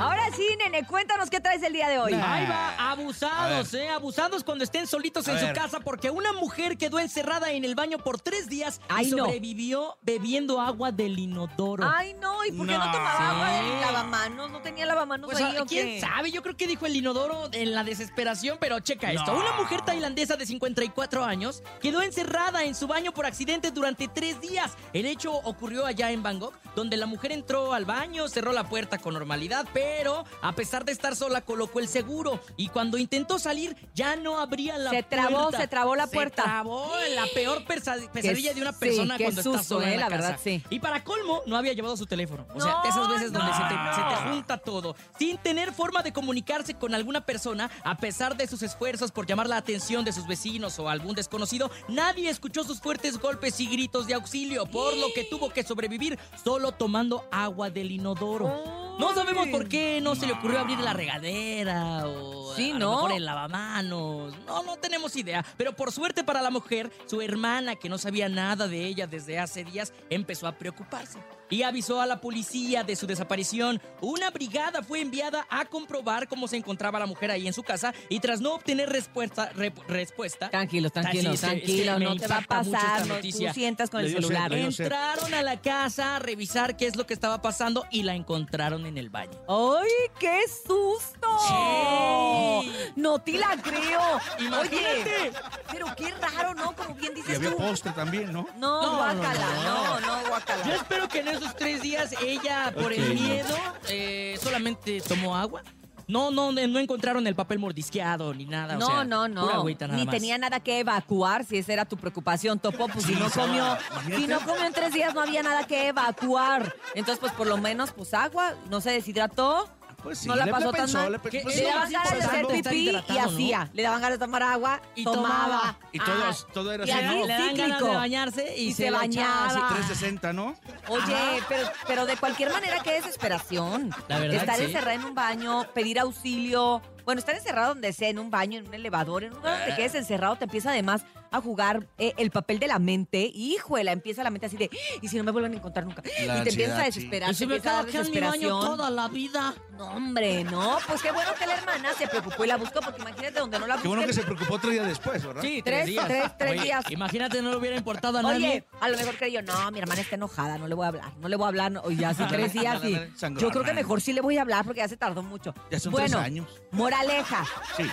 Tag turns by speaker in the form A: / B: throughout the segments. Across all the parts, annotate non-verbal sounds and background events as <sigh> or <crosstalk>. A: Ahora sí, nene, cuéntanos qué traes el día de hoy.
B: Nah.
C: Ahí va, abusados,
B: A
C: ¿eh? Abusados cuando estén solitos
B: A
C: en
B: ver.
C: su casa porque una mujer quedó encerrada en el baño por tres días
A: Ay,
C: y
A: no.
C: sobrevivió bebiendo agua del inodoro.
A: Ay, no, ¿y por qué no,
B: No.
A: tomaba agua
C: Sí.
A: del lavamanos? ¿No tenía lavamanos
C: Pues,
A: ahí
C: ah,
A: o
C: ¿Quién
A: qué?
C: sabe? Yo creo que dijo el inodoro en la desesperación, pero checa esto.
B: No.
C: Una mujer tailandesa de 54 años quedó encerrada en su baño por accidente durante tres días. El hecho ocurrió allá en Bangkok, donde la mujer entró al baño, cerró la puerta con normalidad, pero a pesar de estar sola colocó el seguro y cuando intentó salir ya no abría la
A: Se
C: puerta.
A: trabó, se trabó la puerta.
C: Se trabó la peor persa- pesadilla de una
A: sí,
C: persona
A: qué
C: cuando está
A: susto,
C: sola en
A: eh, la
C: casa.
A: verdad, sí.
C: Y para colmo, no había llevado su teléfono. O sea,
A: No,
C: de esas veces donde
B: no,
C: se, te, se te
B: no.
C: junta todo. Sin tener forma de comunicarse con alguna persona, a pesar de sus esfuerzos por llamar la atención de sus vecinos o algún desconocido, nadie escuchó sus fuertes golpes y gritos de auxilio, por lo que tuvo que sobrevivir solo tomando agua del inodoro. No sabemos por qué no se le ocurrió abrir la regadera o
A: Sí,
C: a lo
A: ¿no?
C: mejor el lavamanos. No, no tenemos idea. Pero por suerte para la mujer, su hermana, que no sabía nada de ella desde hace días, empezó a preocuparse y avisó a la policía de su desaparición. Una brigada fue enviada a comprobar cómo se encontraba la mujer ahí en su casa y tras no obtener respuesta, rep- respuesta
A: Tranquilos,
C: Ah, sí,
A: tranquilos,
C: es que- es que
A: tranquilos.
C: me
A: No te va a
C: impacta mucho esta
A: pasar, no, tú
C: noticia.
A: sientas con el
B: Le dio sed,
A: celular. ¿eh?
B: le dio sed.
C: entraron a la casa a revisar qué es lo que estaba pasando y la encontraron en el baño.
A: ¡Ay, qué susto!
C: Sí.
A: No te la creo. Oye,
C: Imagínate.
A: pero qué raro, ¿no? Como bien
B: Y
A: dices
B: había
A: tú.
B: postre también, ¿no?
A: No,
C: No, no,
A: guácala, no,
C: no.
A: no, guácala.
C: Yo espero que en esos tres días ella, por
B: Ok.
C: el miedo, eh, solamente tomó agua. No, no, no encontraron el papel mordisqueado ni nada. o
A: No,
C: sea,
A: no, no.
C: pura agüita nada
A: Ni
C: más.
A: tenía nada que evacuar, si esa era tu preocupación, Topo. Pues si
B: Sí,
A: no
B: estaba-
A: comió,
B: imagínate.
A: si no comió en tres días, no había nada que evacuar. Entonces, pues por lo menos, pues agua, no se deshidrató.
B: Pues sí,
A: no la
B: le- le
A: pasó tan
B: pensó,
A: mal.
B: le pe-
C: ¿Qué-
B: pues
A: le
B: sí,
A: daban
B: sí,
A: ganas de
B: por
A: hacer
B: algo.
C: estar
A: pipí y
C: hidratado, ¿no?
A: hacía. Le daban ganas de tomar agua,
C: Y
A: tomaba.
C: tomaba.
B: Y
A: Ah,
B: todos, todo era
A: y ah.
B: así,
A: ahí
B: ¿no?
C: Le dan ganas
A: cíclico.
C: de bañarse y,
A: Y se
C: la
A: bañaba.
C: echaba así.
B: 360, ¿no?
A: Oye, pero, pero de cualquier manera, qué desesperación.
C: La verdad,
A: estar
C: sí.
A: encerrada en un baño, pedir auxilio. Bueno, estar encerrado donde sea, en un baño, en un elevador, en un lugar
C: Ah.
A: donde te quedes encerrado, te empieza además a jugar eh, el papel de la mente. Híjole, empieza la mente así de, "¡Ah! y si no me vuelven a encontrar nunca. y te empiezas
B: La
A: a
B: ansiedad,
A: desesperar,
C: Y
A: te
C: si me
A: empieza a
C: quedo
A: dar
C: aquí en mi baño
A: desesperación.
C: toda la vida.
A: No, hombre, no. Pues qué bueno que la hermana se preocupó y la buscó, porque imagínate donde no la
B: Qué
A: buscó.
B: bueno que se preocupó otro día después, ¿verdad?
C: Sí,
A: Tres, tres, tres
C: Oye,
A: días.
C: Imagínate, no le hubiera importado a nadie.
A: Oye, a lo mejor creyó, no, mi hermana está enojada, no le voy a hablar, no le voy a hablar, no, ya hace tres días y
B: Sangrona.
A: yo creo que mejor sí le voy a hablar porque ya se tardó mucho.
B: Ya son
A: bueno,
B: tres años.
A: moraleja,
B: Sí.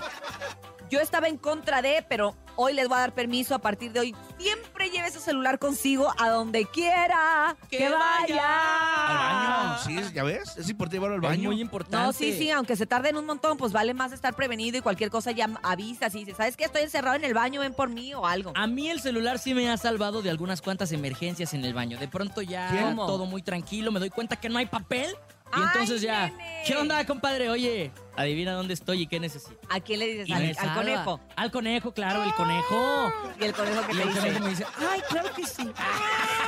A: yo estaba en contra de, pero hoy les voy a dar permiso a partir de hoy. Siempre lleve su celular consigo a donde quiera que, vaya.
B: Al
A: Ah.
B: baño, sí, es- ya ves, es importante llevarlo al
C: Es
B: baño.
C: muy importante.
A: No, sí, sí, aunque se tarden un montón, pues vale más estar prevenido y cualquier cosa ya avisas y dices, ¿sabes qué? Estoy encerrado en el baño, ven por mí o algo.
C: A mí el celular sí me ha salvado de algunas cuantas emergencias en el baño. De pronto ya
A: ¿Quién? ¿Cómo?
C: todo muy tranquilo, me doy cuenta que no hay papel y
A: ¡Ay,
C: entonces ya,
A: nene!
C: ¿qué onda, compadre? Oye, adivina dónde estoy y qué necesito.
A: ¿A quién le dices?
C: Y
A: Al,
C: me
A: al
C: salva.
A: conejo. Ah.
C: Al conejo, claro, el conejo.
A: Y el conejo que
C: Y
A: te
C: el
A: dice.
C: conejo me dice, ay, claro que sí.
A: Ah.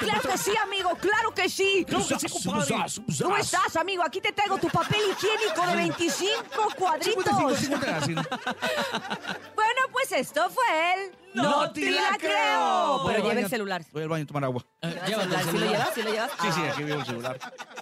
A: Claro que sí, amigo, claro que pues sí.
C: Claro que sí,
B: Zas,
C: compadre.
B: zas, zas.
A: ¿Cómo estás, amigo? Aquí te traigo tu papel higiénico de 25
B: 55,
A: cuadritos.
B: 50, así,
A: <laughs>
B: ¿no?
A: Bueno, pues esto fue el...
B: No te la creo.
A: Pero
B: Voy al
A: lleva el
B: baño.
A: celular.
B: Voy al baño a tomar agua.
C: Eh,
A: Lleva el
C: llévate
A: celular.
C: el
A: ¿Sí lo
C: celular.
A: llevas? ¿Sí lo llevas?
B: Sí, sí,
A: Ah.
B: aquí veo el celular.